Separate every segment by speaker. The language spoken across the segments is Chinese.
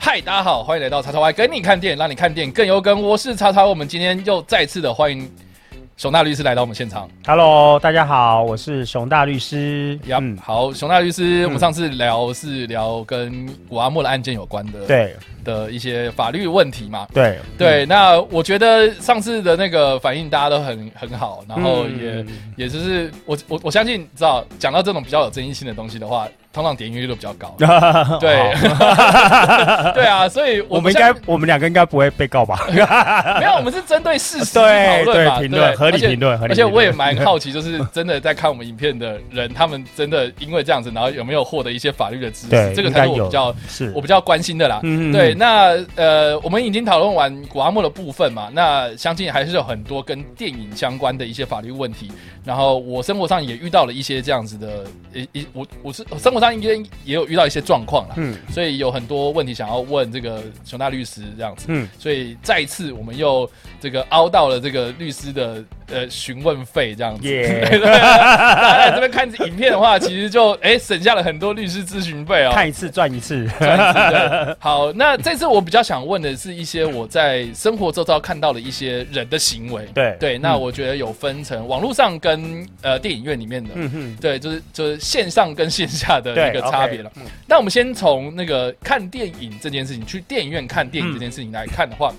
Speaker 1: 嗨，大家好，欢迎来到叉叉 Y 跟你看电影，让你看电影更有梗。我是叉叉，我们今天又再次的欢迎熊大律师来到我们现场。
Speaker 2: Hello，大家好，我是熊大律师。嗯
Speaker 1: 呀、好，熊大律师，我们上次聊是聊跟古阿莫的案件有关的，
Speaker 2: 对嗯
Speaker 1: 的一些法律问题嘛。
Speaker 2: 对
Speaker 1: 对，那我觉得上次的那个反应大家都很很好，然后
Speaker 2: 嗯
Speaker 1: 也、也就是我我我相信，你知道讲到这种比较有争议性的东西的话，通常点阅率都比较 高。对， 对啊，所以
Speaker 2: 嗯我
Speaker 1: 我
Speaker 2: 们
Speaker 1: 们
Speaker 2: 应该，我们两个应该不会 被告吧？
Speaker 1: 没有，我们是针对事实去讨
Speaker 2: 对
Speaker 1: 论嘛，
Speaker 2: 对评论
Speaker 1: 对
Speaker 2: 合理
Speaker 1: 而且
Speaker 2: 评论合理
Speaker 1: 而且
Speaker 2: 评
Speaker 1: 我
Speaker 2: 论
Speaker 1: 也蛮好奇，就是真的在看我们影片的人，他们真的因为这样子，然后有没有获得一些法律的知识？
Speaker 2: 对，
Speaker 1: 这个
Speaker 2: 应
Speaker 1: 才
Speaker 2: 该
Speaker 1: 是我
Speaker 2: 有
Speaker 1: 比较
Speaker 2: 是
Speaker 1: 我比较关心的啦。
Speaker 2: 嗯
Speaker 1: 对，那呃，我们已经讨论完古阿莫的部分嘛，那相信还是有很多跟电影相关的一些法律问题。然后我生活上也遇到了一些这样子的，一一我我是生活上应该也有遇到一些状况啦，
Speaker 2: 嗯
Speaker 1: 所以有很多问题想要问这个熊大律师这样子。
Speaker 2: 嗯
Speaker 1: 所以再一次我们又这个凹到了这个律师的呃询问费这样子。
Speaker 2: 耶
Speaker 1: 对对大家在这边看影片的话，其实就哎、省下了很多律师咨询费哦。
Speaker 2: 看一次赚一次。
Speaker 1: 对好，那这次我比较想问的是一些我在生活周遭看到的一些人的行为。
Speaker 2: 对
Speaker 1: 对，那
Speaker 2: 嗯
Speaker 1: 我觉得有分成网络上跟呃电影院里面的。
Speaker 2: 嗯哼，
Speaker 1: 对，就是就是线上跟线下的
Speaker 2: 对
Speaker 1: 一个差别了
Speaker 2: OK，嗯。
Speaker 1: 那我们先从那个看电影这件事情，去电影院看电影这件事情来看的话，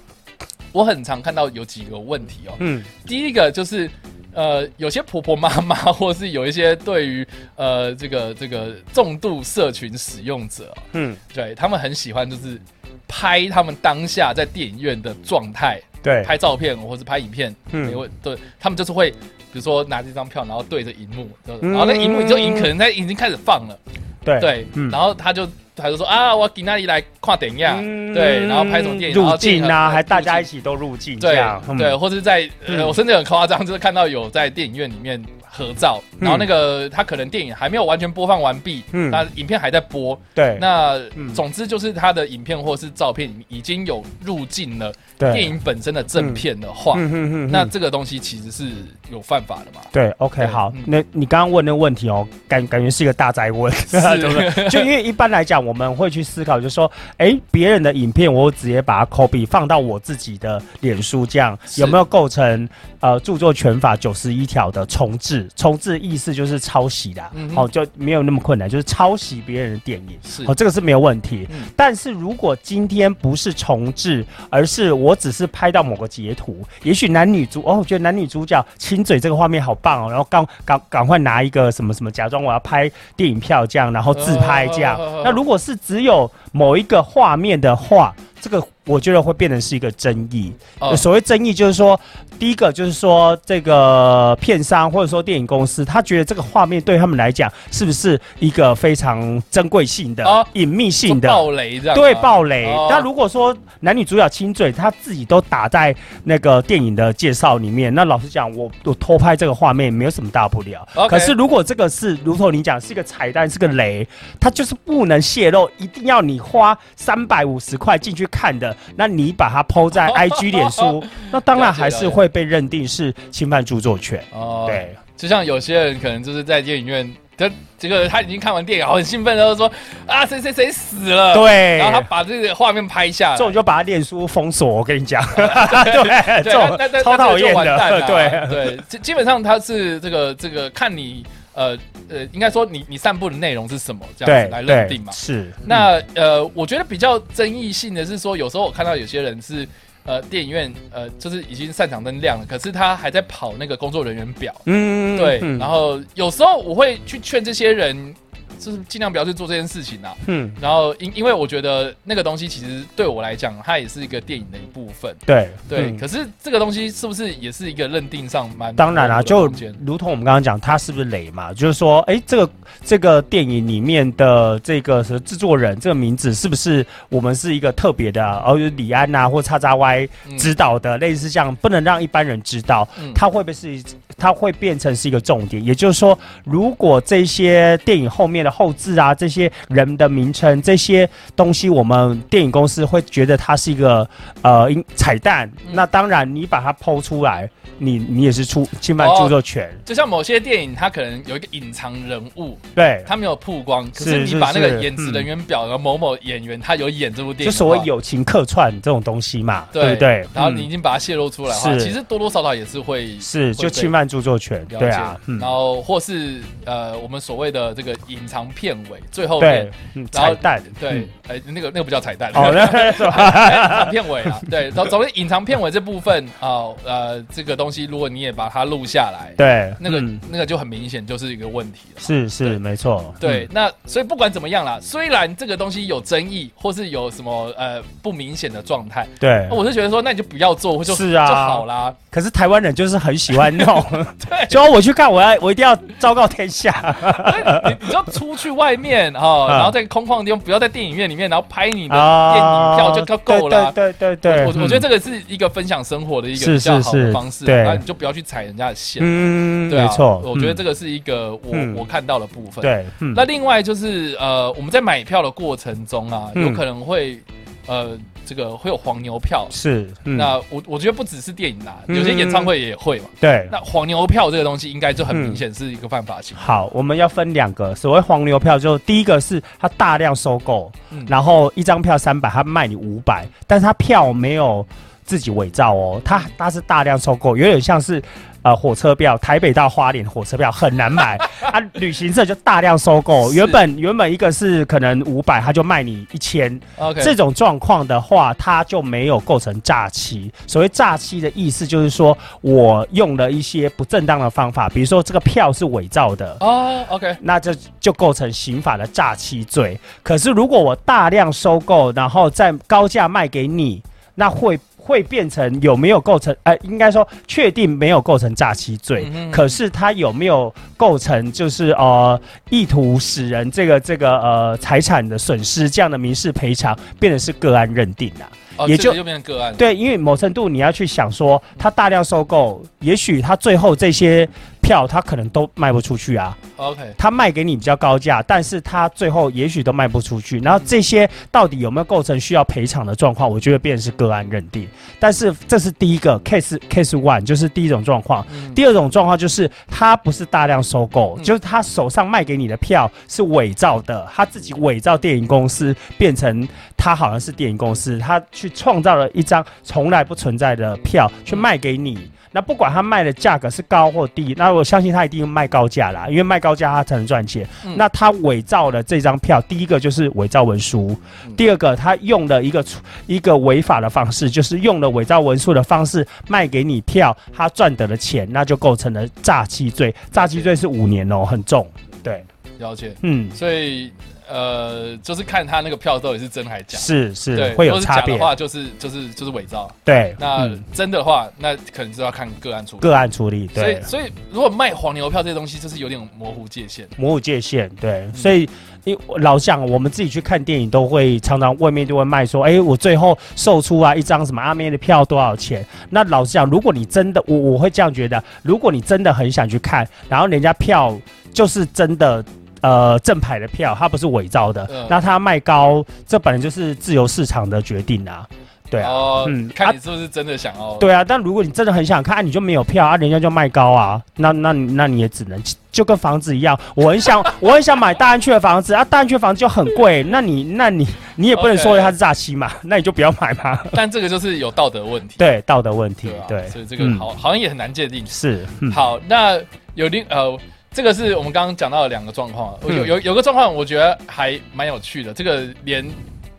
Speaker 1: 我很常看到有几个问题哦。
Speaker 2: 嗯
Speaker 1: 第一个就是。呃，有些婆婆妈妈， 或是有一些对于呃这个这个重度社群使用者哦、
Speaker 2: 嗯，
Speaker 1: 对他们很喜欢就是拍他们当下在电影院的状态，
Speaker 2: 对，
Speaker 1: 拍照片或是拍影片，
Speaker 2: 嗯
Speaker 1: 没问对，他们就是会比如说拿这张票，然后对着荧幕，就是
Speaker 2: 嗯
Speaker 1: 然后那荧幕就已经可能在已经开始放了，
Speaker 2: 对
Speaker 1: 对，
Speaker 2: 嗯
Speaker 1: 然后他就他就说啊，我给那里来跨电影啊，
Speaker 2: 嗯
Speaker 1: 对，然后拍什么电影，然
Speaker 2: 入
Speaker 1: 后电影
Speaker 2: 境
Speaker 1: 很
Speaker 2: 啊，
Speaker 1: 很
Speaker 2: 还大家
Speaker 1: 入
Speaker 2: 一
Speaker 1: 境
Speaker 2: 起都入境这
Speaker 1: 对
Speaker 2: 样。嗯
Speaker 1: 对，，或是在呃，
Speaker 2: 嗯
Speaker 1: 我甚至很夸张，就是看到有在电影院里面合照，然后那个他可能电影还没有完全播放完毕，
Speaker 2: 嗯
Speaker 1: 那影片还在播，
Speaker 2: 对，
Speaker 1: 那、
Speaker 2: 嗯
Speaker 1: 总之就是他的影片或是照片已经有入境了
Speaker 2: 对
Speaker 1: 电影本身的正片的话，
Speaker 2: 嗯哼哼
Speaker 1: 那
Speaker 2: 哼
Speaker 1: 这个东西其实是有犯法的嘛？
Speaker 2: 对，OK，
Speaker 1: 对
Speaker 2: 好
Speaker 1: 嗯，
Speaker 2: 那你刚刚问那个问题哦，感感觉是一个大灾 问，对不对？就因为一般来讲，我们会去思考，就是说，哎，别人的影片我直接把它 copy 放到我自己的脸书，这样
Speaker 1: 是
Speaker 2: 有没有构成呃著作权法九十一条的重置？重置意思就是抄袭的
Speaker 1: 嗯，哼
Speaker 2: 好，就没有那么困难，就是抄袭别人的电影，
Speaker 1: 是
Speaker 2: 哦，这个是没有问题
Speaker 1: 嗯。
Speaker 2: 但是如果今天不是重置，而是我只是拍到某个截图，也许男女主哦，我觉得男女主角亲嘴这个画面好棒哦，然后赶赶赶快拿一个什么什么，假装我要拍电影票这样，然后自拍这样。
Speaker 1: 哦
Speaker 2: 那如果是只有某一个画面的话，这个我觉得会变成是一个争议。
Speaker 1: 哦
Speaker 2: 所谓争议就是说，第一个就是说这个片商或者说电影公司，他觉得这个画面对他们来讲是不是一个非常珍贵性的、
Speaker 1: 哦
Speaker 2: 隐秘性的
Speaker 1: 就暴雷这样吗，
Speaker 2: 对暴雷
Speaker 1: 哦。
Speaker 2: 那、如果说男女主角亲嘴，他自己都打在那个电影的介绍里面，那老实讲，我我偷拍这个画面没有什么大不了。
Speaker 1: OK
Speaker 2: 可是如果这个是如同你讲是一个彩蛋，是个雷，它就是不能泄露，一定要你花三百五十块进去看的，那你把它 抛在 IG 脸书，那当然还是会被认定是侵犯著作权。
Speaker 1: 哦，
Speaker 2: 对，
Speaker 1: 就像有些人可能就是在电影院，他这个他已经看完电影，好很兴奋，然后说啊谁谁谁死了，，
Speaker 2: 对，
Speaker 1: 然后他把这个画面拍下来，
Speaker 2: 这种就把他脸书封锁，我跟 你讲，对，这
Speaker 1: 对，那那那
Speaker 2: 种超讨厌
Speaker 1: 那这个就完蛋
Speaker 2: 的，
Speaker 1: 了啊
Speaker 2: 对。
Speaker 1: 对，基基本上它是这个这个看你呃呃，应该说你你散布的内容是什么这样
Speaker 2: 对
Speaker 1: 子来
Speaker 2: 对
Speaker 1: 认定嘛。
Speaker 2: 是，嗯
Speaker 1: 那呃，我觉得比较争议性的是说，有时候我看到有些人是呃电影院呃就是已经散场灯亮了，可是他还在跑那个工作人员表。
Speaker 2: 嗯
Speaker 1: 对，然后有时候我会去劝这些人，就是尽量不要去做这件事情啊。
Speaker 2: 嗯，
Speaker 1: 然后因因为我觉得那个东西其实对我来讲，它也是一个电影的一部分。
Speaker 2: 对
Speaker 1: 对，
Speaker 2: 嗯
Speaker 1: 可是这个东西是不是也是一个认定上蛮
Speaker 2: 当然啦、啊
Speaker 1: 模糊的
Speaker 2: 就
Speaker 1: 空间
Speaker 2: 如同我们刚刚讲，它是不是雷嘛？就是说，哎，这个这个电影里面的这个什么制作人这个名字，是不是我们是一个特别的啊，哦，就是李安呐、或叉叉 Y
Speaker 1: 嗯
Speaker 2: 指导的，类似这样，不能让一般人知道，
Speaker 1: 嗯
Speaker 2: 它会不会是它会变成是一个重点。也就是说，如果这些电影后面的后置啊，这些人的名称这些东西，我们电影公司会觉得它是一个呃应彩蛋。
Speaker 1: 嗯
Speaker 2: 那当然，你把它剖出来，你你也是出侵犯
Speaker 1: 哦
Speaker 2: 著作权，
Speaker 1: 就像某些电影，它可能有一个隐藏人物，
Speaker 2: 对。啊
Speaker 1: 它没有曝光，可
Speaker 2: 是
Speaker 1: 是
Speaker 2: 是
Speaker 1: 你把那
Speaker 2: 是
Speaker 1: 个演职
Speaker 2: 嗯
Speaker 1: 人员表，然后某某演员他有演这部电
Speaker 2: 就
Speaker 1: 影，
Speaker 2: 所谓。友情客串这种东西嘛，对
Speaker 1: 对
Speaker 2: 不对？
Speaker 1: 然后你
Speaker 2: 嗯
Speaker 1: 已经把它泄露出来的话，
Speaker 2: 是
Speaker 1: 其实多多少少也是会
Speaker 2: 是就
Speaker 1: 会被
Speaker 2: 侵犯著作权，
Speaker 1: 了
Speaker 2: 对
Speaker 1: 解，
Speaker 2: 啊，嗯
Speaker 1: 然，后或是呃我们所谓的这个隐藏片尾最后
Speaker 2: 对
Speaker 1: 面，
Speaker 2: 嗯
Speaker 1: 然后
Speaker 2: 彩蛋，
Speaker 1: 对
Speaker 2: 嗯，
Speaker 1: 哎、那个那个不叫彩蛋，
Speaker 2: 哦，那 是吧？
Speaker 1: 哎隐藏片尾啊，对，总总之隐藏片尾这部分啊、呃，这个东西如果你也把它录下来，
Speaker 2: 对，
Speaker 1: 那个、
Speaker 2: 嗯
Speaker 1: 那个就很明显就是一个问题了。
Speaker 2: 是是没错，
Speaker 1: 对，
Speaker 2: 嗯
Speaker 1: 那所以不管怎么样啦，虽然这个东西有争议，或是有什么呃不明显的状态，
Speaker 2: 对
Speaker 1: 那。我是觉得说，那你就不要做，或就是
Speaker 2: 啊
Speaker 1: 就好啦。
Speaker 2: 可是台湾人就是很喜欢弄，
Speaker 1: 对，
Speaker 2: 就要我去看，我要我一定要昭告天下，
Speaker 1: 哎你你就出去外面哦，
Speaker 2: 嗯
Speaker 1: 然后在空旷的地方，不要在电影院里面，然后拍你的电影
Speaker 2: 啊
Speaker 1: 票就够够了啊。
Speaker 2: 对对对对，
Speaker 1: 我我觉得
Speaker 2: 这
Speaker 1: 这个是一个分享生活的一个
Speaker 2: 是
Speaker 1: 比较好
Speaker 2: 是是
Speaker 1: 的方式，
Speaker 2: 对
Speaker 1: 那你就不要去踩人家的线。
Speaker 2: 嗯，
Speaker 1: 对啊，
Speaker 2: 没错，
Speaker 1: 我觉得
Speaker 2: 嗯
Speaker 1: 这个是一个我、
Speaker 2: 嗯
Speaker 1: 我看到的部分。，
Speaker 2: 对，嗯
Speaker 1: 那另外就是呃，我们在买票的过程中啊，
Speaker 2: 嗯
Speaker 1: 有可能会呃，这个会有黄牛票。
Speaker 2: 是嗯
Speaker 1: 那我我觉得不只是电影啦，
Speaker 2: 嗯
Speaker 1: 有些演唱会也会嘛。
Speaker 2: 对。
Speaker 1: 那黄牛票这个东西，应该就很
Speaker 2: 嗯
Speaker 1: 明显是一个犯法行为。
Speaker 2: 好，我们要分两个。所谓黄牛票，就第一个是他大量收购，
Speaker 1: 嗯
Speaker 2: 然后一张票三百，他卖你五百，但是他票没有自己伪造哦，他他是大量收购，有点像是呃火车票，台北到花莲火车票很 难买啊，旅行社就大量收购，
Speaker 1: 是
Speaker 2: 原本原本一个是可能五百，他就卖你一千，
Speaker 1: OK，
Speaker 2: 这种状况的话，它就没有构成诈欺。所谓诈欺的意思就是说，我用了一些不正当的方法，比如说这个票是伪造的，
Speaker 1: 哦，OK，
Speaker 2: 那这就构成刑法的诈欺罪。可是如果我大量收购，然后再高价卖给你，那会会变成有没有构成？呃，应该说确定没有构成诈欺罪。
Speaker 1: 嗯哼
Speaker 2: 可是他有没有构成就是呃意图使人这个这个呃财产的损失这样的民事赔偿，变成是个案认定啊？
Speaker 1: 哦
Speaker 2: 也
Speaker 1: 这
Speaker 2: 就
Speaker 1: 个就变成个案了。
Speaker 2: 对，因为某程度你要去想说，他大量收购，也许他最后这些票他可能都卖不出去啊。
Speaker 1: OK，
Speaker 2: 他卖给你比较高价，但是他最后也许都卖不出去。然后这些到底有没有构成需要赔偿的状况，我觉得变成是个案认定。但是这是第一个 case case one，就是第一种状况。
Speaker 1: 嗯
Speaker 2: 第二种状况就是他不是大量收购，
Speaker 1: 嗯
Speaker 2: 就是他手上卖给你的票是伪造的，他自己伪造电影公司，变成他好像是电影公司，他去创造了一张从来不存在的票去卖给你。那不管他卖的价格是高或低，那我相信他一定卖高价啦，因为卖高价他才能赚钱。
Speaker 1: 嗯
Speaker 2: 那他伪造了这张票，第一个就是伪造文书，
Speaker 1: 嗯
Speaker 2: 第二个他用了一个出一个违法的方式，就是用了伪造文书的方式卖给你票，他赚得的钱，那就构成了诈欺罪。诈欺罪是五年哦，很重。对，
Speaker 1: 了解，
Speaker 2: 嗯，
Speaker 1: 所以呃，就是看他那个票到底是真还是假。
Speaker 2: 是是
Speaker 1: 对，
Speaker 2: 会
Speaker 1: 如
Speaker 2: 有
Speaker 1: 果是
Speaker 2: 差
Speaker 1: 假
Speaker 2: 别
Speaker 1: 的。话，就是就是就是伪造。
Speaker 2: 对，
Speaker 1: 那
Speaker 2: 嗯
Speaker 1: 真的话，那可能就要看个案处理。
Speaker 2: 个案处理
Speaker 1: 所
Speaker 2: 对
Speaker 1: 以，。所以如果卖黄牛票这些东西，就是有点模糊界限。
Speaker 2: 模糊界限，对，所以因为老讲我们自己去看电影，都会常常外面就会卖说，哎、我最后售出啊一张什么阿妹的票多少钱？那老实讲，如果你真的，我我会这样觉得，如果你真的很想去看，然后人家票就是真的。呃，正牌的票，它不是伪造的，
Speaker 1: 嗯
Speaker 2: 那它卖高，这本来就是自由市场的决定啊，对啊，
Speaker 1: 哦，
Speaker 2: 嗯
Speaker 1: 看你是不是真的想要。
Speaker 2: 对啊，但如果你真的很想看，啊你就没有票啊，人家就卖高啊，那那你那你也只能就跟房子一样，我 很想我很想买大安区的房子啊，大安区的房子就很贵，那你那你你也不能说
Speaker 1: OK
Speaker 2: 它是诈欺嘛， 那你就不要买嘛，
Speaker 1: 但这个就是有道德问题。
Speaker 2: 对道德问题
Speaker 1: 对，啊，
Speaker 2: 对，
Speaker 1: 所以这个
Speaker 2: 嗯
Speaker 1: 好好像也很难界定。
Speaker 2: 是，嗯，
Speaker 1: 好，那有另呃，这个是我们刚刚讲到的两个状况，有
Speaker 2: 嗯
Speaker 1: 有有个状况，我觉得还蛮有趣的，这个连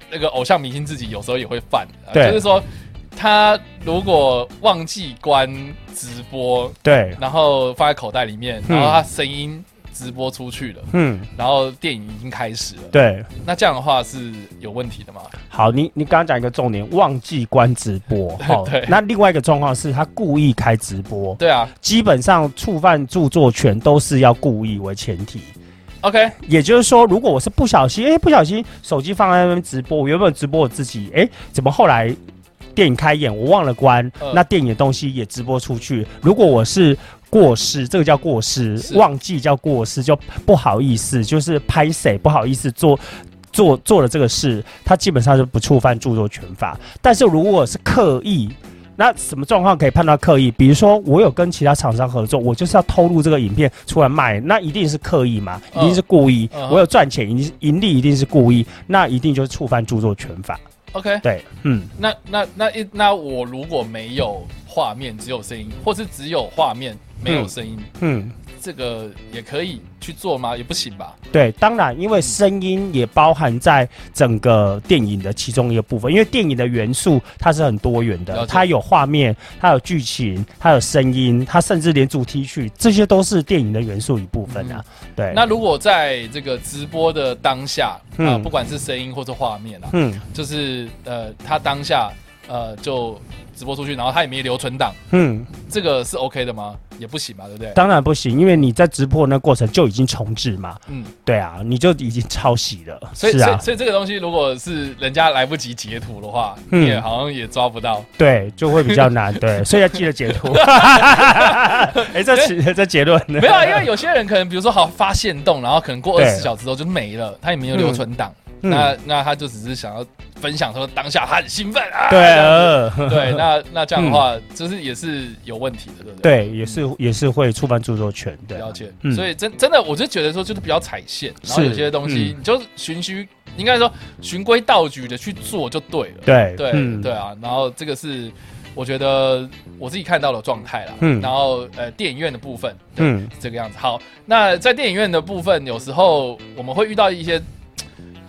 Speaker 1: 那个偶像明星自己有时候也会犯，呃
Speaker 2: 对
Speaker 1: 就是说他如果忘记关直播，
Speaker 2: 对，
Speaker 1: 然后放在口袋里面，
Speaker 2: 嗯
Speaker 1: 然后他声音直播出去了，
Speaker 2: 嗯，
Speaker 1: 然后电影已经开始了，
Speaker 2: 对，
Speaker 1: 那这样的话是有问题的嘛？
Speaker 2: 好，你你刚刚讲一个重点，忘记关直 播，好
Speaker 1: 对
Speaker 2: 那另外一个状况是他故意开直播，
Speaker 1: 对啊
Speaker 2: 基本上触犯著作权都是要故意为前提，
Speaker 1: ，OK，
Speaker 2: 也就是说，如果我是不小心，哎、不小心手机放在那边直播，我原本直播我自己，哎、怎么后来电影开演我忘了关，
Speaker 1: 嗯
Speaker 2: 那电影的东西也直播出去。如果我是过失，这个叫过失，
Speaker 1: 是
Speaker 2: 忘记叫过失，就不好意思，就是拍谁不好意思做。做做了这个事，他基本上是不触犯著作权法。但是如果是刻意，那什么状况可以判断刻意？比如说，我有跟其他厂商合作，我就是要偷录这个影片出来卖，那一定是刻意嘛，一
Speaker 1: 嗯
Speaker 2: 定是故意。
Speaker 1: 嗯哼
Speaker 2: 我有赚钱，盈盈利一定是故意，那一定就是触犯著作权法。
Speaker 1: OK，
Speaker 2: 对，嗯，
Speaker 1: 那那那一那我如果没有画面，只有声音，或是只有画面没有声音，
Speaker 2: 嗯，
Speaker 1: 这个也可以去做吗？也不行吧？
Speaker 2: 对，当然，因为声音也包含在整个电影的其中一个部分，因为电影的元素它是很多元
Speaker 1: 了
Speaker 2: 的，
Speaker 1: 解
Speaker 2: 它有画面，它有剧情，它有声音，它甚至连主题曲，这些都是电影的元素一部分啊。对，
Speaker 1: 嗯那如果在这个直播的当下啊、
Speaker 2: 嗯
Speaker 1: 不管是声音或是画面 啊，
Speaker 2: 嗯
Speaker 1: 就是呃，他当下呃就直播出去，然后他也没留存档，
Speaker 2: 嗯，
Speaker 1: 这个是 OK 的吗？也不行吧，对不对？
Speaker 2: 当然不行，因为你在直播那过程就已经重置嘛，
Speaker 1: 嗯，
Speaker 2: 对啊，你就已经抄袭了，
Speaker 1: 所以、
Speaker 2: 是
Speaker 1: 所以
Speaker 2: 啊，
Speaker 1: 所以这个东西如果是人家来不及截图的话，
Speaker 2: 嗯
Speaker 1: 你也好像也抓不到。
Speaker 2: 对，就会比 较难，对，所以要记得截图。哎、这这这结论呢
Speaker 1: 没有啊，因为有些人可能比如说好发现动，然后可能过二
Speaker 2: 对
Speaker 1: 十小时后就没了，他也没有留存档，
Speaker 2: 嗯
Speaker 1: 那那他就只是想要分享说当下他很兴奋啊，
Speaker 2: 对
Speaker 1: 这样子
Speaker 2: 呃
Speaker 1: 对，那那这样的
Speaker 2: 嗯
Speaker 1: 话，就是也是有问题的，对不对？
Speaker 2: 对，也是也是会触犯著作权，对啊，
Speaker 1: 了解，
Speaker 2: 嗯
Speaker 1: 所以真真的，我就觉得说，就是比较踩线，然后
Speaker 2: 是嗯
Speaker 1: 有些东西你就循序，应该说循规蹈矩的去做就对了。
Speaker 2: 对
Speaker 1: 对、
Speaker 2: 嗯
Speaker 1: 对啊，然后这个是我觉得我自己看到的状态啦。
Speaker 2: 嗯
Speaker 1: 然后呃，电影院的部分，对，
Speaker 2: 嗯
Speaker 1: 是这个样子。好，那在电影院的部分，有时候我们会遇到一些嘖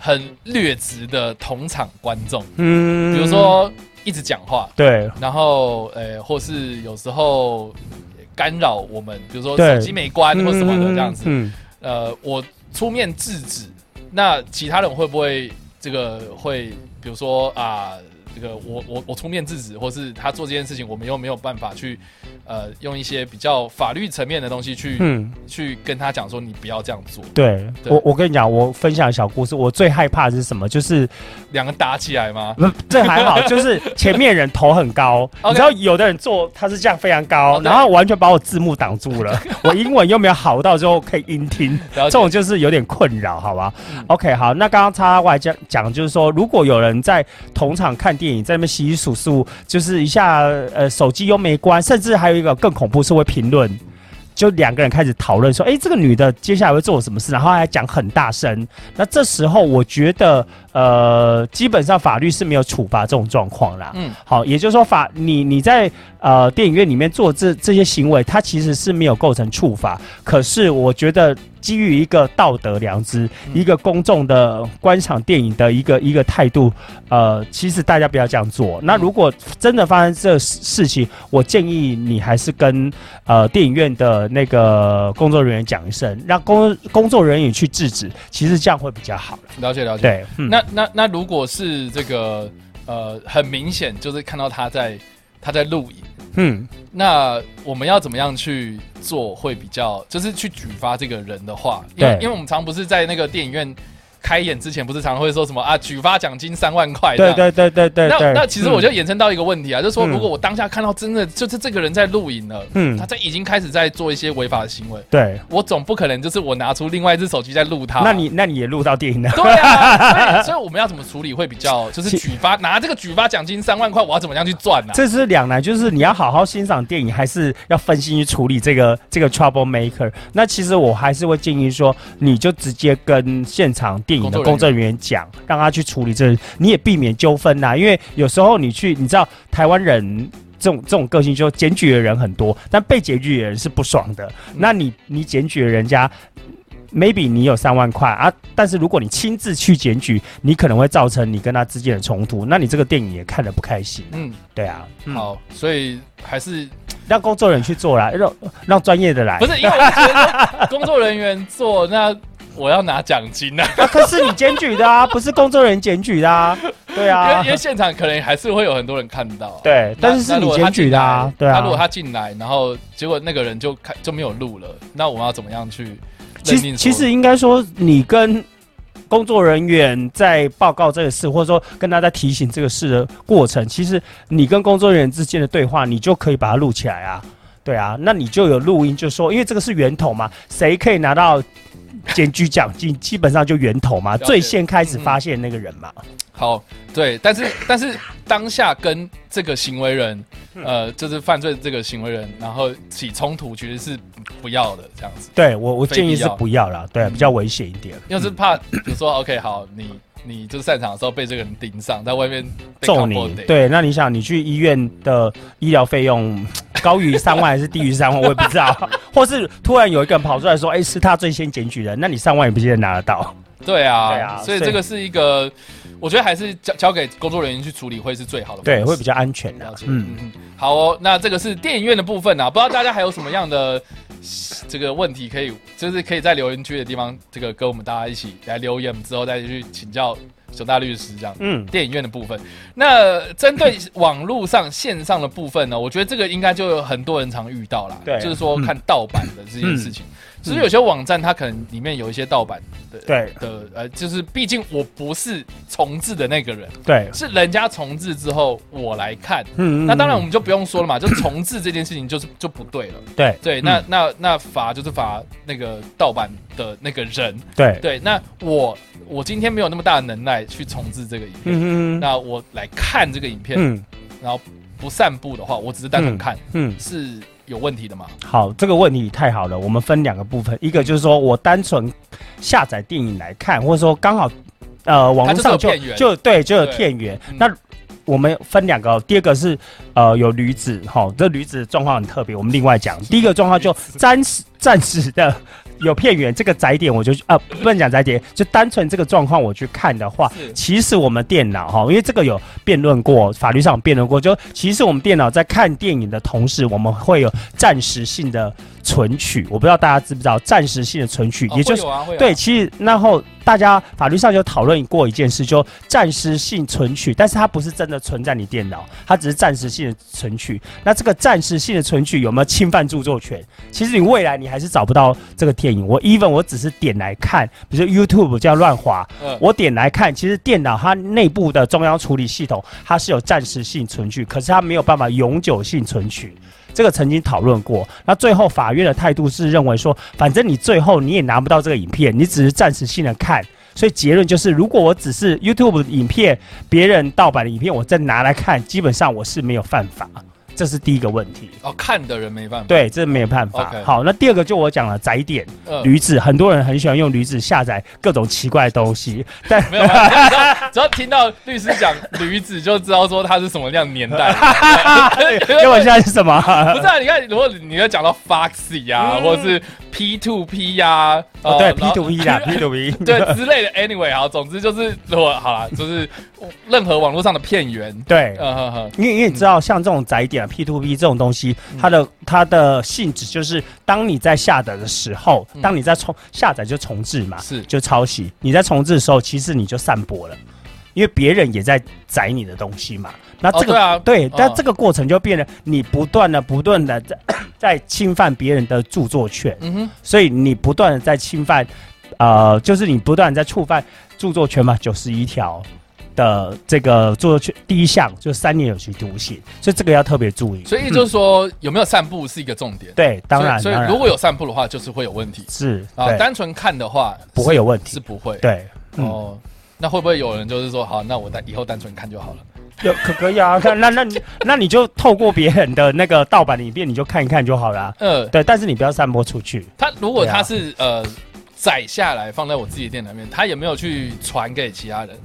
Speaker 1: 很劣质的同场观众，
Speaker 2: 嗯
Speaker 1: 比如说一直讲话，
Speaker 2: 对
Speaker 1: 然后呃，或是有时候干扰我们，比如说
Speaker 2: 对
Speaker 1: 手机没关或什么的这样子。
Speaker 2: 嗯，
Speaker 1: 呃，我出面制止，那其他人会不会这个会，比如说啊、这个我我我出面制止，或是他做这件事情，我们又没有办法去呃用一些比较法律层面的东西去、
Speaker 2: 嗯，
Speaker 1: 去跟他讲说你不要这样做，
Speaker 2: 对
Speaker 1: 对
Speaker 2: 我我跟你讲，我分享小故事，我最害怕的是什么？就是
Speaker 1: 两个打起来吗？
Speaker 2: 不，这 还好，就是前面人头很高，
Speaker 1: OK
Speaker 2: 你知道有的人坐他是这样非常高，
Speaker 1: OK
Speaker 2: 然后完全把我字幕挡住了，我英文又没有好到之后可以音听，
Speaker 1: 了
Speaker 2: 这
Speaker 1: 解
Speaker 2: 种就是有点困扰，好吧
Speaker 1: 嗯
Speaker 2: ？OK，好，那刚刚叉叉 Y 讲讲就是说，如果有人在同场看电影，在那边稀稀疏疏，就是一下呃手机又没关，甚至还有一个更恐怖是会评论。就两个人开始讨论说，诶，这个女的接下来会做什么事，然后还讲很大声。那这时候我觉得，呃，基本上法律是没有处罚这种状况啦。
Speaker 1: 嗯，
Speaker 2: 好，也就是说法你你在呃电影院里面做这这些行为，它其实是没有构成处罚。可是我觉得基于一个道德良知，
Speaker 1: 嗯
Speaker 2: 一个公众的观赏电影的一个一个态度，呃，其实大家不要这样做。
Speaker 1: 嗯
Speaker 2: 那如果真的发生这事事情，我建议你还是跟呃电影院的那个工作人员讲一声，让工工作人员去制止，其实这样会比较好。
Speaker 1: 了解了解。
Speaker 2: 对，嗯，
Speaker 1: 那那那如果是这个呃，很明显就是看到他在他在录影。
Speaker 2: 嗯。
Speaker 1: 那我们要怎么样去做会比较，就是去举发这个人的话，因为
Speaker 2: 对
Speaker 1: 因为我们常不是在那个电影院开演之前，不是常会说什么啊，举发奖金三万块这
Speaker 2: 对
Speaker 1: 样。
Speaker 2: 对对对对
Speaker 1: 哎那
Speaker 2: 对。
Speaker 1: 那其实
Speaker 2: 嗯
Speaker 1: 我就延伸到一个问题啊，就是说，
Speaker 2: 嗯
Speaker 1: 如果我当下看到真的就是这个人在录影了，
Speaker 2: 嗯
Speaker 1: 他在已经开始在做一些违法的行为，
Speaker 2: 对，
Speaker 1: 我总不可能就是我拿出另外一只手机在录他。
Speaker 2: 那你那你也录到电影了。
Speaker 1: 对 啊，所以所以我们要怎么处理会比较，就是举发拿这个举发奖金三万块，我要怎么样去赚啊呢、
Speaker 2: 这是两难，就是你要好好欣赏电影，还是要分心去处理这个这个 trouble maker？那其实我还是会建议说，你就直接跟现场电影的
Speaker 1: 工
Speaker 2: 工
Speaker 1: 作
Speaker 2: 作人员讲，让他去处理这，你也避免纠纷呐。因为有时候你去，你知道台湾人。这种这种个性，就检举的人很多，但被检举的人是不爽的。那你你检举了人家，maybe 你有三万块啊，但是如果你亲自去检举，你可能会造成你跟他之间的冲突，那你这个电影也看得不开心。
Speaker 1: 嗯，
Speaker 2: 对啊，嗯
Speaker 1: 好，所以还是
Speaker 2: 让工作人员去做啦，让让专业的来。
Speaker 1: 不是，因为我觉 得工作人员做，那我要拿奖金啊，
Speaker 2: 啊，可是你检举 的啊，不是工作人员检举的啊，对
Speaker 1: 因为
Speaker 2: 啊
Speaker 1: 因，为现场可能还是会有很多人看到啊、
Speaker 2: 对
Speaker 1: 那，
Speaker 2: 但是是你检举的啊，对
Speaker 1: 那
Speaker 2: 啊
Speaker 1: 如果。他进来他如果他进来，然后结果那个人就看就没有录了，那我们要怎么样去
Speaker 2: 其
Speaker 1: 认
Speaker 2: 实
Speaker 1: 定说？
Speaker 2: 其实应该说，你跟工作人员在报告这个事，或者说跟他在提醒这个事的过程，其实你跟工作人员之间的对话，你就可以把它录起来啊。对啊，那你就有录音，就说因为这个是源头嘛，谁可以拿到检举奖金，基本上就源头嘛，
Speaker 1: 解嗯
Speaker 2: 最先开始发现那个人嘛。
Speaker 1: 好，对，但是但是当下跟这个行为 人，呃，就是犯罪这个行为人，然后起冲突，其实是不要的这样子，
Speaker 2: 对我我建议
Speaker 1: 非必
Speaker 2: 是
Speaker 1: 要嗯
Speaker 2: 不要啦，对啊，比较危险一点。
Speaker 1: 因为是 怕，比如说 OK，好，你你就是散场的时候被这个人盯上，在外面被
Speaker 2: 揍
Speaker 1: couple
Speaker 2: 你
Speaker 1: 逮，
Speaker 2: 对，那你想，你去医院的医疗费用高于三万还是低于三万，我也不 知道。或是突然有一个人跑出来说，哎、是他最先检举人，那你三万也不见得拿得到。
Speaker 1: 对啊，
Speaker 2: 对啊
Speaker 1: 所以
Speaker 2: 所以
Speaker 1: 这个是一个，我觉得还是交交给工作人员去处理会是最好的方式，
Speaker 2: 对，会比较安全的
Speaker 1: 了。解，
Speaker 2: 嗯
Speaker 1: 嗯，嗯，好哦，那这个是电影院的部分啊，不知道大家还有什么样的这个问题可以，就是可以在留言区的地方，这个跟我们大家一起来留言，我们之后再去请教熊大律师这样。
Speaker 2: 嗯，
Speaker 1: 电影院的部分，那针对网络上线上的部分呢，我觉得这个应该就有很多人常遇到啦，
Speaker 2: 对
Speaker 1: 就是说
Speaker 2: 嗯
Speaker 1: 看盗版的这件事情，只是有些网站它可能里面有一些盗版的，
Speaker 2: 对
Speaker 1: 的，呃，就是毕竟我不是重置的那个人，
Speaker 2: 对，
Speaker 1: 是人家重置之后我来看，
Speaker 2: 嗯，
Speaker 1: 那当然我
Speaker 2: 嗯，
Speaker 1: 们就不用说了嘛，就重置这件事情就是就不对了。
Speaker 2: 嗯对
Speaker 1: 对，
Speaker 2: 嗯
Speaker 1: 那那那罚就是罚那个盗版的那个人。
Speaker 2: 对，
Speaker 1: 对，那我我今天没有那么大的能耐去重置这个影片，
Speaker 2: 嗯嗯
Speaker 1: 那我来看这个影片，
Speaker 2: 嗯
Speaker 1: 然后不散步的话，我只是单纯看、
Speaker 2: 嗯，
Speaker 1: 是有问题的嘛？
Speaker 2: 好，这个问题太好了，我们分两个部分，一个就是说我单纯下载电影来看，或者说刚好呃网
Speaker 1: 它就
Speaker 2: 络
Speaker 1: 是有
Speaker 2: 上就
Speaker 1: 片源
Speaker 2: 就对就有
Speaker 1: 对
Speaker 2: 片源
Speaker 1: 嗯，
Speaker 2: 那。我们分两个哦，第二个是呃有驴子哈，这驴子的状况很特别，我们另外讲。第一个状况就暂时暂时的有片源这个载点，我就啊、不能讲载点，就单纯这个状况我去看的话，
Speaker 1: 是
Speaker 2: 其实我们电脑哈，因为这个有辩论过，法律上有辩论过，就其实我们电脑在看电影的同时，我们会有暂时性的存取，我不知道大家知不知道暂时性的存取，
Speaker 1: 哦
Speaker 2: 也就是
Speaker 1: 会有啊，会有啊
Speaker 2: 对，其实然后大家法律上有讨论过一件事，就暂时性存取，但是它不是真的存在你电脑，它只是暂时性的存取。那这个暂时性的存取有没有侵犯著作权？其实你未来你还是找不到这个电影。我 even 我只是点来看，比如说 YouTube 这样乱滑，
Speaker 1: 嗯
Speaker 2: 我点来看，其实电脑它内部的中央处理系统它是有暂时性存取，可是它没有办法永久性存取。这个曾经讨论过，那最后法院的态度是认为说，反正你最后你也拿不到这个影片，你只是暂时性的看，所以结论就是，如果我只是 YouTube 影片，别人盗版的影片，我再拿来看，基本上我是没有犯法，这是第一个问题。
Speaker 1: 哦，看的人没办法。
Speaker 2: 对，这没有办法。
Speaker 1: OK
Speaker 2: 好，那第二个就我讲了载点
Speaker 1: 嗯
Speaker 2: 驴子，很多人很喜欢用驴子下载各种奇怪的东西，但
Speaker 1: 没有，没有只要 只要听到律师讲驴子，就知道说他是什么样的年 代了。
Speaker 2: 结果现在是什么？
Speaker 1: 不是啊，你看，如果你要讲到 Foxy 啊，或者是 P to P 呀，
Speaker 2: 嗯哦
Speaker 1: 呃
Speaker 2: 对
Speaker 1: 然
Speaker 2: ，P
Speaker 1: 后
Speaker 2: to P 啦，P to P。
Speaker 1: 对之类的，anyway 好，总之就是我好啦，就是任何网络上的片 源，
Speaker 2: 对，
Speaker 1: 呃呵呵，
Speaker 2: 因为因为你知道，像这种载点啊 P to P 这种东西，
Speaker 1: 嗯
Speaker 2: 它的它的性质就是，当你在下载的时候，
Speaker 1: 嗯
Speaker 2: 当你在重下载就重置嘛，
Speaker 1: 是
Speaker 2: 就抄袭。你在重置的时候，其实你就散播了，因为别人也在载你的东西嘛。那这
Speaker 1: 哦对啊
Speaker 2: 个对，但
Speaker 1: 嗯
Speaker 2: 这个过程就变得你不断的不断的在 在侵犯别人的著作权。
Speaker 1: 嗯哼，
Speaker 2: 所以你不断的在侵犯，呃，就是你不断地在触犯著作权法九十一条的这个著作权第一项，就是三年有期徒刑，所以这个要特别注意。
Speaker 1: 所以就是说有没有散步是一个重点，
Speaker 2: 对，当然，
Speaker 1: 所以
Speaker 2: 当
Speaker 1: 所以
Speaker 2: 然
Speaker 1: 如果有散步的话，就是会有问题
Speaker 2: 是
Speaker 1: 啊，
Speaker 2: 对，
Speaker 1: 单纯看的话
Speaker 2: 不会有问
Speaker 1: 是
Speaker 2: 题。
Speaker 1: 不会，
Speaker 2: 对，嗯，
Speaker 1: 哦，那会不会有人就是说，好，那我单以后单纯看就好了？
Speaker 2: 有可可以 啊，那那那你那你就透过别人的那个盗版的影片，你就看一看就好啦。
Speaker 1: 呃，
Speaker 2: 对，但是你不要散播出去。
Speaker 1: 他如果
Speaker 2: 对啊
Speaker 1: 他是、呃载下来放在我自己的店里面，他也没有去传给其他人，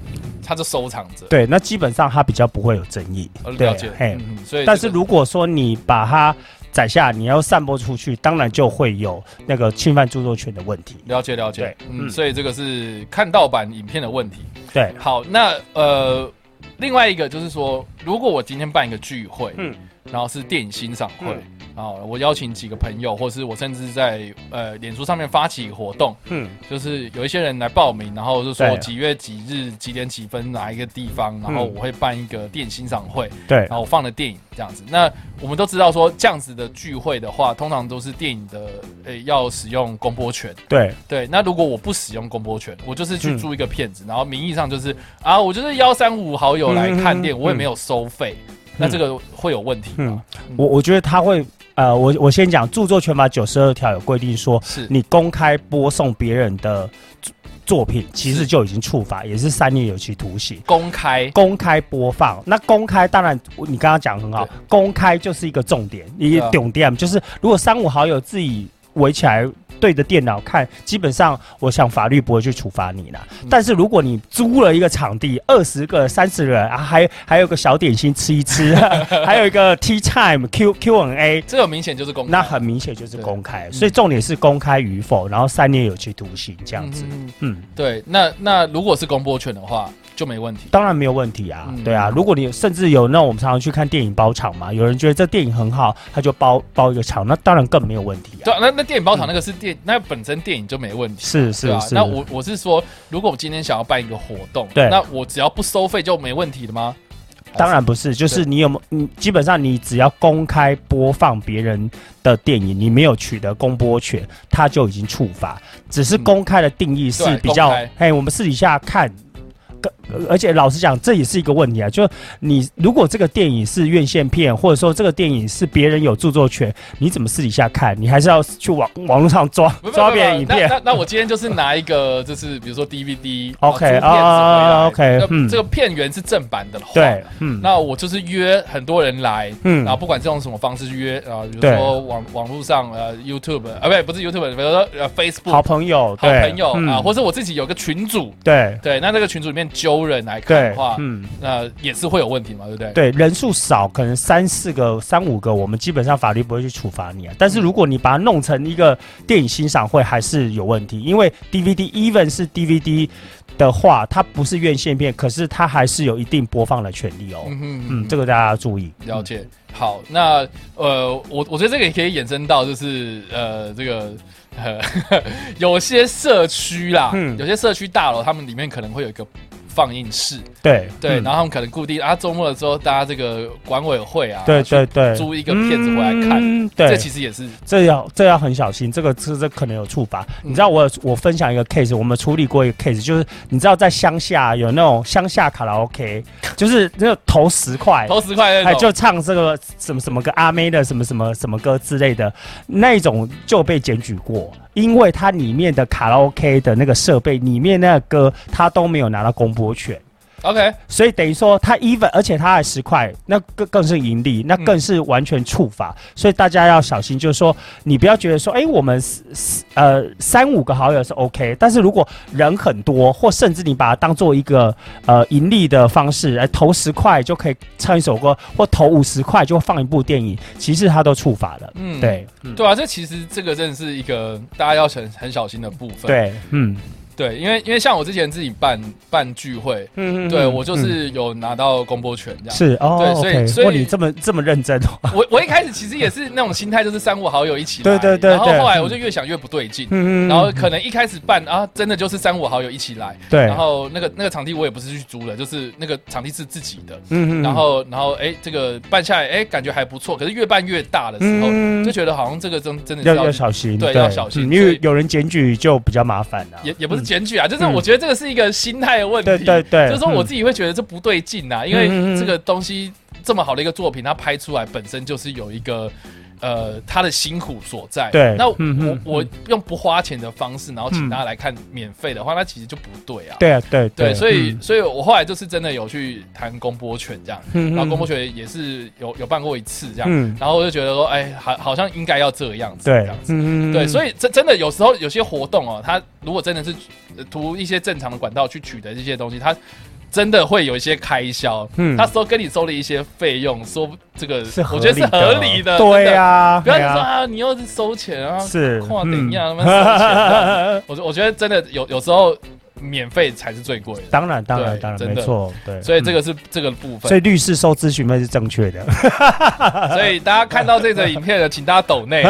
Speaker 1: 他就收藏着。
Speaker 2: 对，那基本上它比较不会有争议
Speaker 1: 我。
Speaker 2: 对
Speaker 1: 了解，，
Speaker 2: 嘿
Speaker 1: 嗯，嗯，所以
Speaker 2: 但
Speaker 1: 这
Speaker 2: 是
Speaker 1: 个
Speaker 2: 如果说你把它载下，你要散播出去，当然就会有那个侵犯著作权的问题。
Speaker 1: 了解了解
Speaker 2: 对，
Speaker 1: 嗯，
Speaker 2: 嗯
Speaker 1: 所以这个是看盗版影片的问题。
Speaker 2: 对，
Speaker 1: 好，那呃，另外一个就是说，如果我今天办一个聚会，嗯
Speaker 2: 嗯，
Speaker 1: 然后是电影欣赏会，然后我邀请几个朋友，或是我甚至在呃脸书上面发起活动，
Speaker 2: 嗯，
Speaker 1: 就是有一些人来报名，然后就说
Speaker 2: 对
Speaker 1: 几月几日几点几分哪一个地方，然后
Speaker 2: 嗯
Speaker 1: 我会办一个电影欣赏会，
Speaker 2: 对
Speaker 1: 然，后我放了电影这样子。那我们都知道说这样子的聚会的话，通常都是电影的呃、要使用公播权。
Speaker 2: 对，
Speaker 1: 对，那如果我不使用公播权，我就是去
Speaker 2: 嗯
Speaker 1: 租一个片子，然后名义上就是啊，我就是幺三五好友来看电影，
Speaker 2: 嗯嗯嗯嗯
Speaker 1: 我也没有收费，那这个会有问题吗？
Speaker 2: 我我觉得他会呃，我我先讲《著作权法》九十二条有规定说，
Speaker 1: 是
Speaker 2: 你公开播送别人的作作品，其实就已经触法，也是三年有期徒刑。
Speaker 1: 公开，
Speaker 2: 公开播放，那公开当然你刚刚讲得很好
Speaker 1: 对，
Speaker 2: 公开就是一个重点，你
Speaker 1: 对啊
Speaker 2: 懂点就是如果三五好友自己围起来对着电脑看，基本上我想法律不会去处罚你啦。
Speaker 1: 嗯
Speaker 2: 但是如果你租了一个场地，二十个、三十人啊，还还有个小点心吃 一吃，还有一个 tea time Q Q and A。
Speaker 1: 这个明显就是公开，
Speaker 2: 那很明显就是
Speaker 1: 对
Speaker 2: 公开，
Speaker 1: 嗯
Speaker 2: 所以重点是公开与否，然后三年有期徒刑这样子。
Speaker 1: 嗯
Speaker 2: 嗯，
Speaker 1: 对，那那如果是公播权的话就没问题。
Speaker 2: 当然没有问题啊，
Speaker 1: 嗯
Speaker 2: 对啊，如果你甚至有那我们常常去看电影包场嘛，有人觉得这电影很好，他就包包一个场，那当然更没有问题啊。嗯
Speaker 1: 对啊，那那电影包场那个是电，那本身电影就没问题。
Speaker 2: 是
Speaker 1: 对
Speaker 2: 是
Speaker 1: 啊，
Speaker 2: 是，
Speaker 1: 那我我是说，如果我今天想要办一个活动，
Speaker 2: 对
Speaker 1: 那我只要不收费就没问题的吗？哦
Speaker 2: 当然不是，就是你有没有你基本上你只要公开播放别人的电影，你没有取得公播权，他就已经触法。只是
Speaker 1: 嗯
Speaker 2: 公开的定义是
Speaker 1: 对
Speaker 2: 比较
Speaker 1: 公开，
Speaker 2: 哎、我们私底下看。跟而且老实讲，这也是一个问题啊。就你如果这个电影是院线片，或者说这个电影是别人有著作权，你怎么私底下看？你还是要去网网络上抓
Speaker 1: 不不不
Speaker 2: 抓别人
Speaker 1: 不
Speaker 2: 影片
Speaker 1: 那。那那我今天就是拿一个，就是比如说 DVD 然后
Speaker 2: OK，
Speaker 1: 租片子回来
Speaker 2: 啊，OK，
Speaker 1: 那
Speaker 2: 嗯
Speaker 1: 这个片源是正版的话，
Speaker 2: 对，嗯，
Speaker 1: 那我就是约很多人来，
Speaker 2: 嗯
Speaker 1: 然后不管这种什么方式约啊，比如
Speaker 2: 对
Speaker 1: 说网网络上呃 YouTube 啊，不不是 YouTube，比如说呃 Facebook
Speaker 2: 好朋
Speaker 1: 好
Speaker 2: 友，对
Speaker 1: 朋友
Speaker 2: 嗯
Speaker 1: 啊，或是我自己有个群组，
Speaker 2: 对
Speaker 1: 对，那这个群组里面揪人来看
Speaker 2: 对
Speaker 1: 的话，，
Speaker 2: 嗯。
Speaker 1: 那也是会有问题嘛，对不对？
Speaker 2: 对，人数少，可能三四个、三五个，我们基本上法律不会去处罚你啊。
Speaker 1: 嗯
Speaker 2: 但是如果你把它弄成一个电影欣赏会，还是有问题，因为 DVD，even 是 DVD 的话，它不是院线片，可是它还是有一定播放的权利哦。
Speaker 1: 嗯哼
Speaker 2: 嗯，这个大家要注意。
Speaker 1: 了解。好，那呃，我我觉得这个也可以衍生到，就是呃，这个呃， 有些社区啦，
Speaker 2: 嗯
Speaker 1: 有些社区大楼，他们里面可能会有一个放映室，
Speaker 2: 对
Speaker 1: 对，
Speaker 2: 嗯
Speaker 1: 然后他们可能固定啊，周末的时候，大家这个管委会啊，
Speaker 2: 对
Speaker 1: 去
Speaker 2: 对对，
Speaker 1: 租一个片子回来看
Speaker 2: 嗯、
Speaker 1: 这
Speaker 2: 对，
Speaker 1: 其实也是
Speaker 2: 这要这要很小心，这个这这可能有处罚。
Speaker 1: 嗯
Speaker 2: 你知道我有我分享一个 case，我们处理过一个 case，就是你知道在乡下有那种乡下卡拉 OK，就是那个投十块，
Speaker 1: 投十块那
Speaker 2: 哎，
Speaker 1: 种，
Speaker 2: 就唱这个什么什么个阿妹的什么什么什么歌之类的，那一种就被检举过，因为它里面的卡拉 OK 的那个设备里面那个歌，它都没有拿到公播权，
Speaker 1: OK，
Speaker 2: 所以等于说它 even，而且它还十块，那更更是盈利，那
Speaker 1: 嗯
Speaker 2: 更是完全触法，所以大家要小心，就是说你不要觉得说，哎、我们四四呃三五个好友是 OK，但是如果人很多，或甚至你把它当做一个呃盈利的方式，来投十块就可以唱一首歌，或投五十块就放一部电影，其实它都触法了。
Speaker 1: 嗯，
Speaker 2: 对，嗯
Speaker 1: 对啊，这其实这个真的是一个大家要很很小心的部分，
Speaker 2: 对，嗯
Speaker 1: 对，因为因为像我之前自己办办聚会，
Speaker 2: 嗯
Speaker 1: 对我就是有拿到公播权这样。
Speaker 2: 是哦
Speaker 1: 对所以
Speaker 2: OK，
Speaker 1: 所以
Speaker 2: 哇，你这么这么认真哦，
Speaker 1: 我我一开始其实也是那种心态，就是三五好友一起来，
Speaker 2: 对对对
Speaker 1: 然后
Speaker 2: 对
Speaker 1: 后来我就越想越不对劲，
Speaker 2: 嗯
Speaker 1: 然后可能一开始办啊，真的就是三五好友一起来，
Speaker 2: 对，
Speaker 1: 然后那个那个场地我也不是去租了，就是那个场地是自己的，
Speaker 2: 嗯
Speaker 1: 然后然后哎这个办下来哎感觉还不错，可是越办越大的时候，
Speaker 2: 嗯
Speaker 1: 就觉得好像这个真 真的是
Speaker 2: 要要小心，
Speaker 1: 对要小心
Speaker 2: 嗯因
Speaker 1: 所
Speaker 2: 为
Speaker 1: 以
Speaker 2: 有人检举就比较麻烦了、
Speaker 1: 也也不是
Speaker 2: 嗯
Speaker 1: 检举啊，就是
Speaker 2: 嗯
Speaker 1: 我觉得这个是一个心态的问题，
Speaker 2: 对对对，嗯
Speaker 1: 就是说我自
Speaker 2: 己、
Speaker 1: 己会觉得这不对劲啊呐、因
Speaker 2: 哎嗯嗯
Speaker 1: 为
Speaker 2: 嗯
Speaker 1: 这个东西这么好的一个作品，它拍出来本身就是有一个呃它的辛苦所在。
Speaker 2: 对
Speaker 1: 那
Speaker 2: 嗯嗯
Speaker 1: 我
Speaker 2: 嗯
Speaker 1: 我用不花钱的方式，然后请
Speaker 2: 嗯
Speaker 1: 大家来看免费的话，那其实就不对啊。
Speaker 2: 对啊对
Speaker 1: 对，所以、
Speaker 2: 嗯
Speaker 1: 所以我后来就是真的有去谈公播权这样，
Speaker 2: 嗯
Speaker 1: 然后公播权也是有有办过一次这样，
Speaker 2: 嗯
Speaker 1: 然后我就觉得说，哎，好好像应该要这样子，这
Speaker 2: 对
Speaker 1: 样子。
Speaker 2: 嗯
Speaker 1: 对，所
Speaker 2: 以
Speaker 1: 以真真的有时候有些活动哦，它如果真的是呃图一些正常的管道去取得这些东西，它真的会有一些开销。
Speaker 2: 嗯
Speaker 1: 他收跟你收了一些费用，说这个
Speaker 2: 是合
Speaker 1: 我
Speaker 2: 理
Speaker 1: 觉得是合理的，
Speaker 2: 对
Speaker 1: 真的
Speaker 2: 呀、啊，
Speaker 1: 不要你说
Speaker 2: 对啊
Speaker 1: 啊，你又是收钱啊，
Speaker 2: 是
Speaker 1: 跨等一样，他
Speaker 2: 嗯
Speaker 1: 妈收钱啊。我觉我觉得真的有有时候免费才是最贵的，
Speaker 2: 当然当然
Speaker 1: 对
Speaker 2: 当然
Speaker 1: 真
Speaker 2: 没
Speaker 1: 的
Speaker 2: 错，对，
Speaker 1: 所以这
Speaker 2: 嗯、
Speaker 1: 个是这个部
Speaker 2: 所
Speaker 1: 分。
Speaker 2: 以律师收咨询费是正确的，
Speaker 1: 所以大家看到这则影片的，请大家抖内。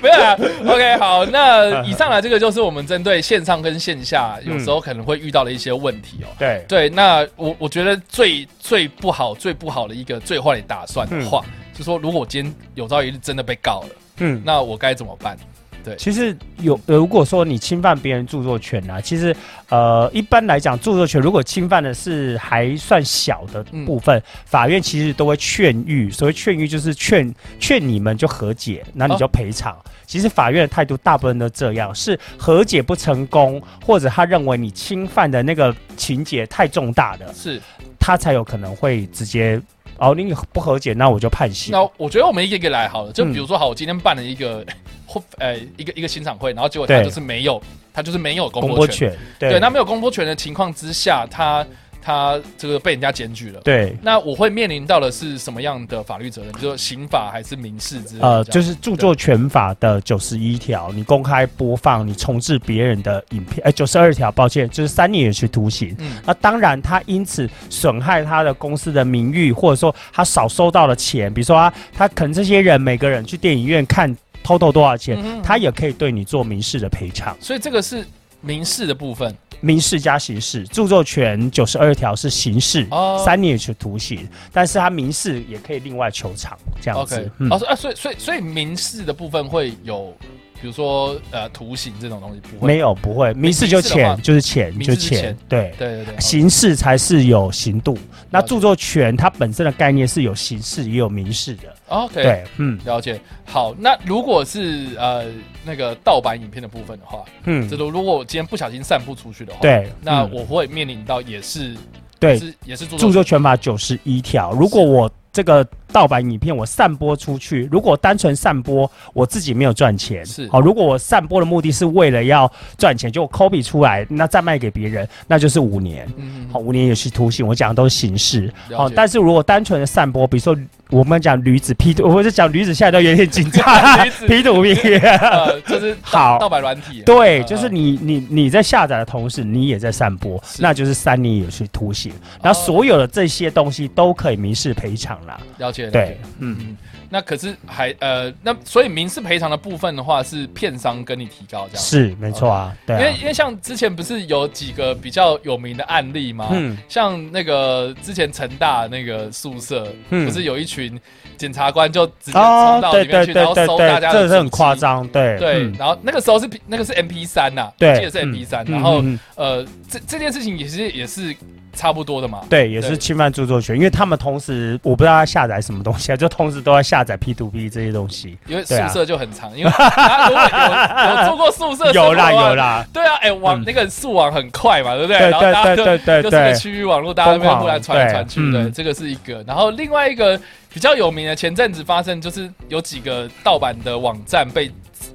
Speaker 1: 没有啦 OK，好，那以上呢，啊这个就是我们针对线上跟线下
Speaker 2: 嗯
Speaker 1: 有时候可能会遇到的一些问题哦。
Speaker 2: 对
Speaker 1: 对，那我我觉得最最不好、最不好的一个最坏的打算的话，就说如果我今天有朝一日真的被告了，
Speaker 2: 嗯
Speaker 1: 那我该怎么办？对
Speaker 2: 其实有，呃如果说你侵犯别人著作权啊，其实呃，一般来讲，著作权如果侵犯的是还算小的部
Speaker 1: 嗯
Speaker 2: 分，法院其实都会劝谕。所谓劝谕，就是劝劝你们就和解，那你就赔偿。
Speaker 1: 哦
Speaker 2: 其实法院的态度大部分都这样，是和解不成功，或者他认为你侵犯的那个情节太重大的，
Speaker 1: 是。
Speaker 2: 他才有可能会直接哦，你不和解，那我就判刑。
Speaker 1: 那我觉得我们一个一个来好了，
Speaker 2: 嗯
Speaker 1: 就比如说，好，我今天办了一个 或呃一个一个欣赏会，然后结果他
Speaker 2: 对
Speaker 1: 就是没有，他就是没有公
Speaker 2: 公
Speaker 1: 播
Speaker 2: 播
Speaker 1: 权。
Speaker 2: 权，
Speaker 1: 对，那没有公播权的情况之下，他他这个被人家检举了。
Speaker 2: 对。
Speaker 1: 那我会面临到的是什么样的法律责任？比如说刑法还是民事之类的
Speaker 2: 呃，
Speaker 1: 这样？
Speaker 2: 就是著作权法的九十一条，你公开播放、你重置别人的影片，哎、9九十二条，抱歉，就是三年有期徒刑。
Speaker 1: 嗯，
Speaker 2: 那当然，他因此损害他的公司的名誉，或者说他少收到了钱，比如说他他可能这些人每个人去电影院看偷偷多少钱，
Speaker 1: 嗯哼
Speaker 2: 他也可以对你做民事的赔偿，
Speaker 1: 所以这个是民事的部分
Speaker 2: 民事加刑事。著作权九十二条是刑事，
Speaker 1: 哦。
Speaker 2: 三年有期徒刑，但是他民事也可以另外求偿，这样子。嗯
Speaker 1: OK，哦，所啊，所以所以所以民事的部分会有，比如说呃徒刑这种东西不会。
Speaker 2: 没有，不会，民事就
Speaker 1: 民事的话
Speaker 2: 钱，就是钱，
Speaker 1: 民
Speaker 2: 就
Speaker 1: 事
Speaker 2: 是
Speaker 1: 是
Speaker 2: 钱
Speaker 1: 钱，
Speaker 2: 对。
Speaker 1: 对对对，好
Speaker 2: 刑事才是有刑度，那
Speaker 1: 了解
Speaker 2: 著作权它本身的概念是有刑事也有民事的，
Speaker 1: OK，
Speaker 2: 对，嗯
Speaker 1: 了解。好，那如果是呃那个盗版影片的部分的话，这
Speaker 2: 嗯，
Speaker 1: 如如果我今天不小心散布出去的话，，
Speaker 2: 对，
Speaker 1: 那
Speaker 2: 嗯
Speaker 1: 我会面临到也是
Speaker 2: 对
Speaker 1: 是也是著
Speaker 2: 著
Speaker 1: 作
Speaker 2: 作权法九十一条，如果我这个盗版影片我散播出去，如果单纯散播，我自己没有赚钱，
Speaker 1: 是
Speaker 2: 好、如果我散播的目的是为了要赚钱，就 copy 出来，那再卖给别人，那就是五年。
Speaker 1: 嗯
Speaker 2: 好，，五年有期徒刑，我讲的都是刑事。
Speaker 1: 了
Speaker 2: 好、
Speaker 1: 解
Speaker 2: 但是如果单纯的散播，比如说我们讲驴子 P 图，我是讲驴子，现在都有点紧张
Speaker 1: 驴子
Speaker 2: P 图 P。
Speaker 1: 呃，就是盗
Speaker 2: 好
Speaker 1: 盗版软体，
Speaker 2: 对，
Speaker 1: 嗯
Speaker 2: 就是
Speaker 1: 嗯
Speaker 2: 你你你在下载的同时，你也在散播，
Speaker 1: 是
Speaker 2: 那就是三年有期徒刑。那所有的这些东西都可以民事赔偿啦。
Speaker 1: 了哦解，了解
Speaker 2: 对，嗯，
Speaker 1: 嗯，那可是还呃，那所以民事赔偿的部分的话，是片商跟你提高这样，
Speaker 2: 是没错啊，对
Speaker 1: 哦因为
Speaker 2: 啊，
Speaker 1: 因为像之前不是有几个比较有名的案例吗？
Speaker 2: 嗯
Speaker 1: 像那个之前成大那个宿舍，
Speaker 2: 嗯
Speaker 1: 不是有一群检察官就直接冲到
Speaker 2: 对
Speaker 1: 里面
Speaker 2: 对
Speaker 1: 去，
Speaker 2: 哦对
Speaker 1: 然后
Speaker 2: 对
Speaker 1: 搜大
Speaker 2: 对，
Speaker 1: 家的
Speaker 2: 这
Speaker 1: 手
Speaker 2: 是很
Speaker 1: 机
Speaker 2: 夸。张，对
Speaker 1: 对，
Speaker 2: 嗯
Speaker 1: 然后那个时候是 P- 那个是 MP 三呐，
Speaker 2: 对，
Speaker 1: 我记得是
Speaker 2: 嗯
Speaker 1: MP 三、
Speaker 2: 嗯
Speaker 1: 然后、
Speaker 2: 嗯嗯
Speaker 1: 呃，这这件事情也是也是差不多的嘛。
Speaker 2: 对，也
Speaker 1: 对
Speaker 2: 是侵犯著作权，因为他们同时我不知道他下载什么东西啊，就同时都在下载 P to P 这些东西。
Speaker 1: 因为宿
Speaker 2: 对啊
Speaker 1: 舍就很长，因为 大家如果有有做过宿舍生活
Speaker 2: 有啦
Speaker 1: 的话
Speaker 2: 有，啦，
Speaker 1: 对啊，哎、网、
Speaker 2: 嗯
Speaker 1: 那个速网很快嘛，对不对？
Speaker 2: 对
Speaker 1: 然后大家
Speaker 2: 对
Speaker 1: 就
Speaker 2: 对对
Speaker 1: 就
Speaker 2: 对
Speaker 1: 是个
Speaker 2: 对，
Speaker 1: 区域网络，大家会
Speaker 2: 疯狂
Speaker 1: 互来传来
Speaker 2: 对
Speaker 1: 传去的，
Speaker 2: 嗯
Speaker 1: 这个是一个。然后另外一个比较有名的，前阵子发生就是有几个盗版的网站被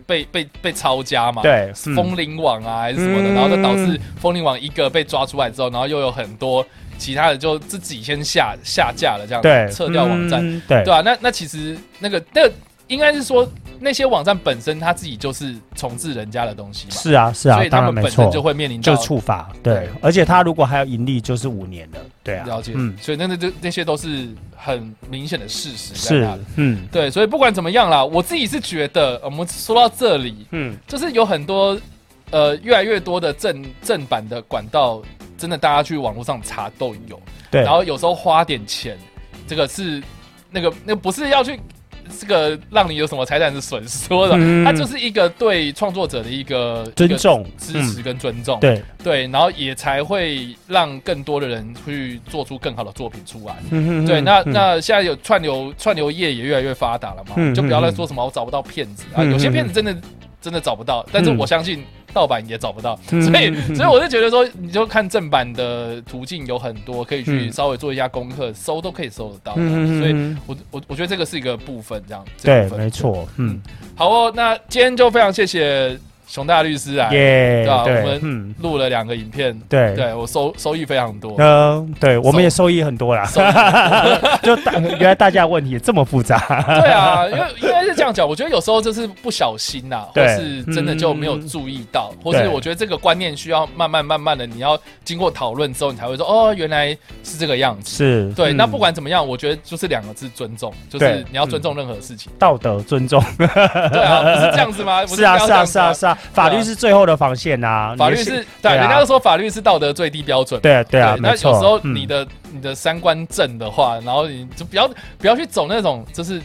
Speaker 1: 被被被抄家嘛，，
Speaker 2: 对，嗯
Speaker 1: 风铃网啊还是什么的，
Speaker 2: 嗯
Speaker 1: 然后就导致风铃网一个被抓出来之后，然后又有很多其他的就自己先下下架了，这样
Speaker 2: 对
Speaker 1: 撤掉网站，
Speaker 2: 嗯对
Speaker 1: 对啊，那那其实那个那个应该是说那些网站本身它自己就是重置人家的东西嘛，
Speaker 2: 是啊是啊
Speaker 1: 所以，他
Speaker 2: 当然
Speaker 1: 们
Speaker 2: 没
Speaker 1: 本身
Speaker 2: 错
Speaker 1: 就，会面临到
Speaker 2: 就处罚
Speaker 1: 对
Speaker 2: 对，而且他如果还要盈利，就是五年了，对啊，
Speaker 1: 了解，
Speaker 2: 嗯
Speaker 1: 所以那那那那些都是很明显的事实在
Speaker 2: 是
Speaker 1: 那里。
Speaker 2: 嗯
Speaker 1: 对，所以不管怎么样啦，我自己是觉得，呃我们说到这里，
Speaker 2: 嗯
Speaker 1: 就是有很多呃越来越多的正正版的管道，真的大家去网络上查都有，
Speaker 2: 对
Speaker 1: 然，后有时候花点钱，这个是那个那不是要去这个让你有什么财产的损失的，
Speaker 2: 嗯
Speaker 1: 它就是一个对创作者的一个
Speaker 2: 尊、重嗯
Speaker 1: 一个支持跟尊重。
Speaker 2: 对，
Speaker 1: 对，然后也才会让更多的人去做出更好的作品出来。
Speaker 2: 嗯哼
Speaker 1: 对，
Speaker 2: 哼
Speaker 1: 那
Speaker 2: 嗯
Speaker 1: 那现在有串流串流业也越来越发达了嘛，
Speaker 2: 嗯
Speaker 1: 就不要再说什么我找不到骗子啊，
Speaker 2: 嗯
Speaker 1: 有些骗子真的真的找不到，但是
Speaker 2: 嗯
Speaker 1: 我相信盗版也找不到，
Speaker 2: 嗯
Speaker 1: 所以
Speaker 2: 嗯嗯
Speaker 1: 所以我就觉得说，你就看正版的途径有很多，可以去
Speaker 2: 嗯
Speaker 1: 稍微做一下功课，搜都可以搜得到。
Speaker 2: 嗯
Speaker 1: 所以
Speaker 2: 嗯嗯
Speaker 1: 我我我觉得这个是一个部分，这样这
Speaker 2: 对
Speaker 1: 部，分
Speaker 2: 没。错，嗯
Speaker 1: 好哦，那今天就非常谢谢熊大律师啊，
Speaker 2: 耶
Speaker 1: 对啊，我
Speaker 2: 对
Speaker 1: 们，
Speaker 2: 嗯
Speaker 1: 录了两个影片，
Speaker 2: 对。
Speaker 1: 对我收收益非常 多。
Speaker 2: 嗯，对，我
Speaker 1: 收
Speaker 2: 们也受益很多啦
Speaker 1: 收益。
Speaker 2: 就大原来大家问题这么复杂，
Speaker 1: 对啊，因为应该是这样讲，我觉得有时候就是不小心呐、或
Speaker 2: 对嗯
Speaker 1: 是真的就没有注意到，或是
Speaker 2: 对
Speaker 1: 我觉得这个观念需要慢慢慢慢的，你要经过讨论之后，你才会说哦，原来是这个样子。
Speaker 2: 是
Speaker 1: 对，
Speaker 2: 嗯
Speaker 1: 那不管怎么样，我觉得就是两个字尊重，就是
Speaker 2: 对
Speaker 1: 你要尊重任何事情。
Speaker 2: 道德尊重，
Speaker 1: 对啊，不是这样子 吗？不
Speaker 2: 是啊，
Speaker 1: 应该要
Speaker 2: 是
Speaker 1: 这
Speaker 2: 啊，
Speaker 1: 样子吗
Speaker 2: 是啊，是啊，法律是最后的防线呐。
Speaker 1: 法律
Speaker 2: 你的
Speaker 1: 是
Speaker 2: 信，
Speaker 1: 对啊，
Speaker 2: 对啊
Speaker 1: 人家都说法律是道德最低标准。
Speaker 2: 对啊对啊，
Speaker 1: 那
Speaker 2: 没
Speaker 1: 有时
Speaker 2: 错。
Speaker 1: 候
Speaker 2: 嗯
Speaker 1: 你的、你的三观正的话，然后你就不要不要去走那种就是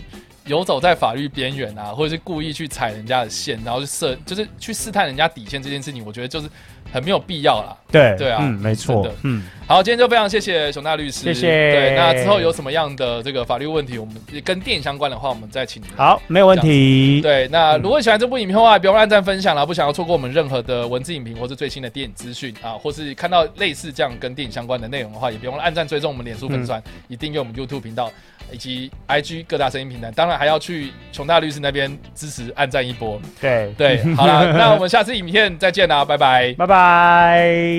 Speaker 1: 游走在法律边缘啊，或者是故意去踩人家的线，然后去设，就是去试探人家底线这件事情，我觉得就是很没有必要啦。
Speaker 2: 对
Speaker 1: 对啊
Speaker 2: 嗯，没错
Speaker 1: 真的，
Speaker 2: 嗯，
Speaker 1: 好，今天就非常谢谢熊大律师，
Speaker 2: 谢谢
Speaker 1: 对，那之后有什么样的这个法律问题，我们跟电影相关的话，我们再请您。
Speaker 2: 好，没有问题。
Speaker 1: 对，那如果喜欢这部影片的话，别忘了按赞分享啦，不想要错过我们任何的文字影评或是最新的电影资讯啊，或是看到类似这样跟电影相关的内容的话，也别忘了按赞追踪我们脸书粉专，以订阅我们 YouTube 频道以及 IG 各大声音平台，当然还要去熊大律师那边支持按赞一波。
Speaker 2: 对对，
Speaker 1: 对，好啦，那我们下次影片再见啦，拜拜。
Speaker 2: 拜拜。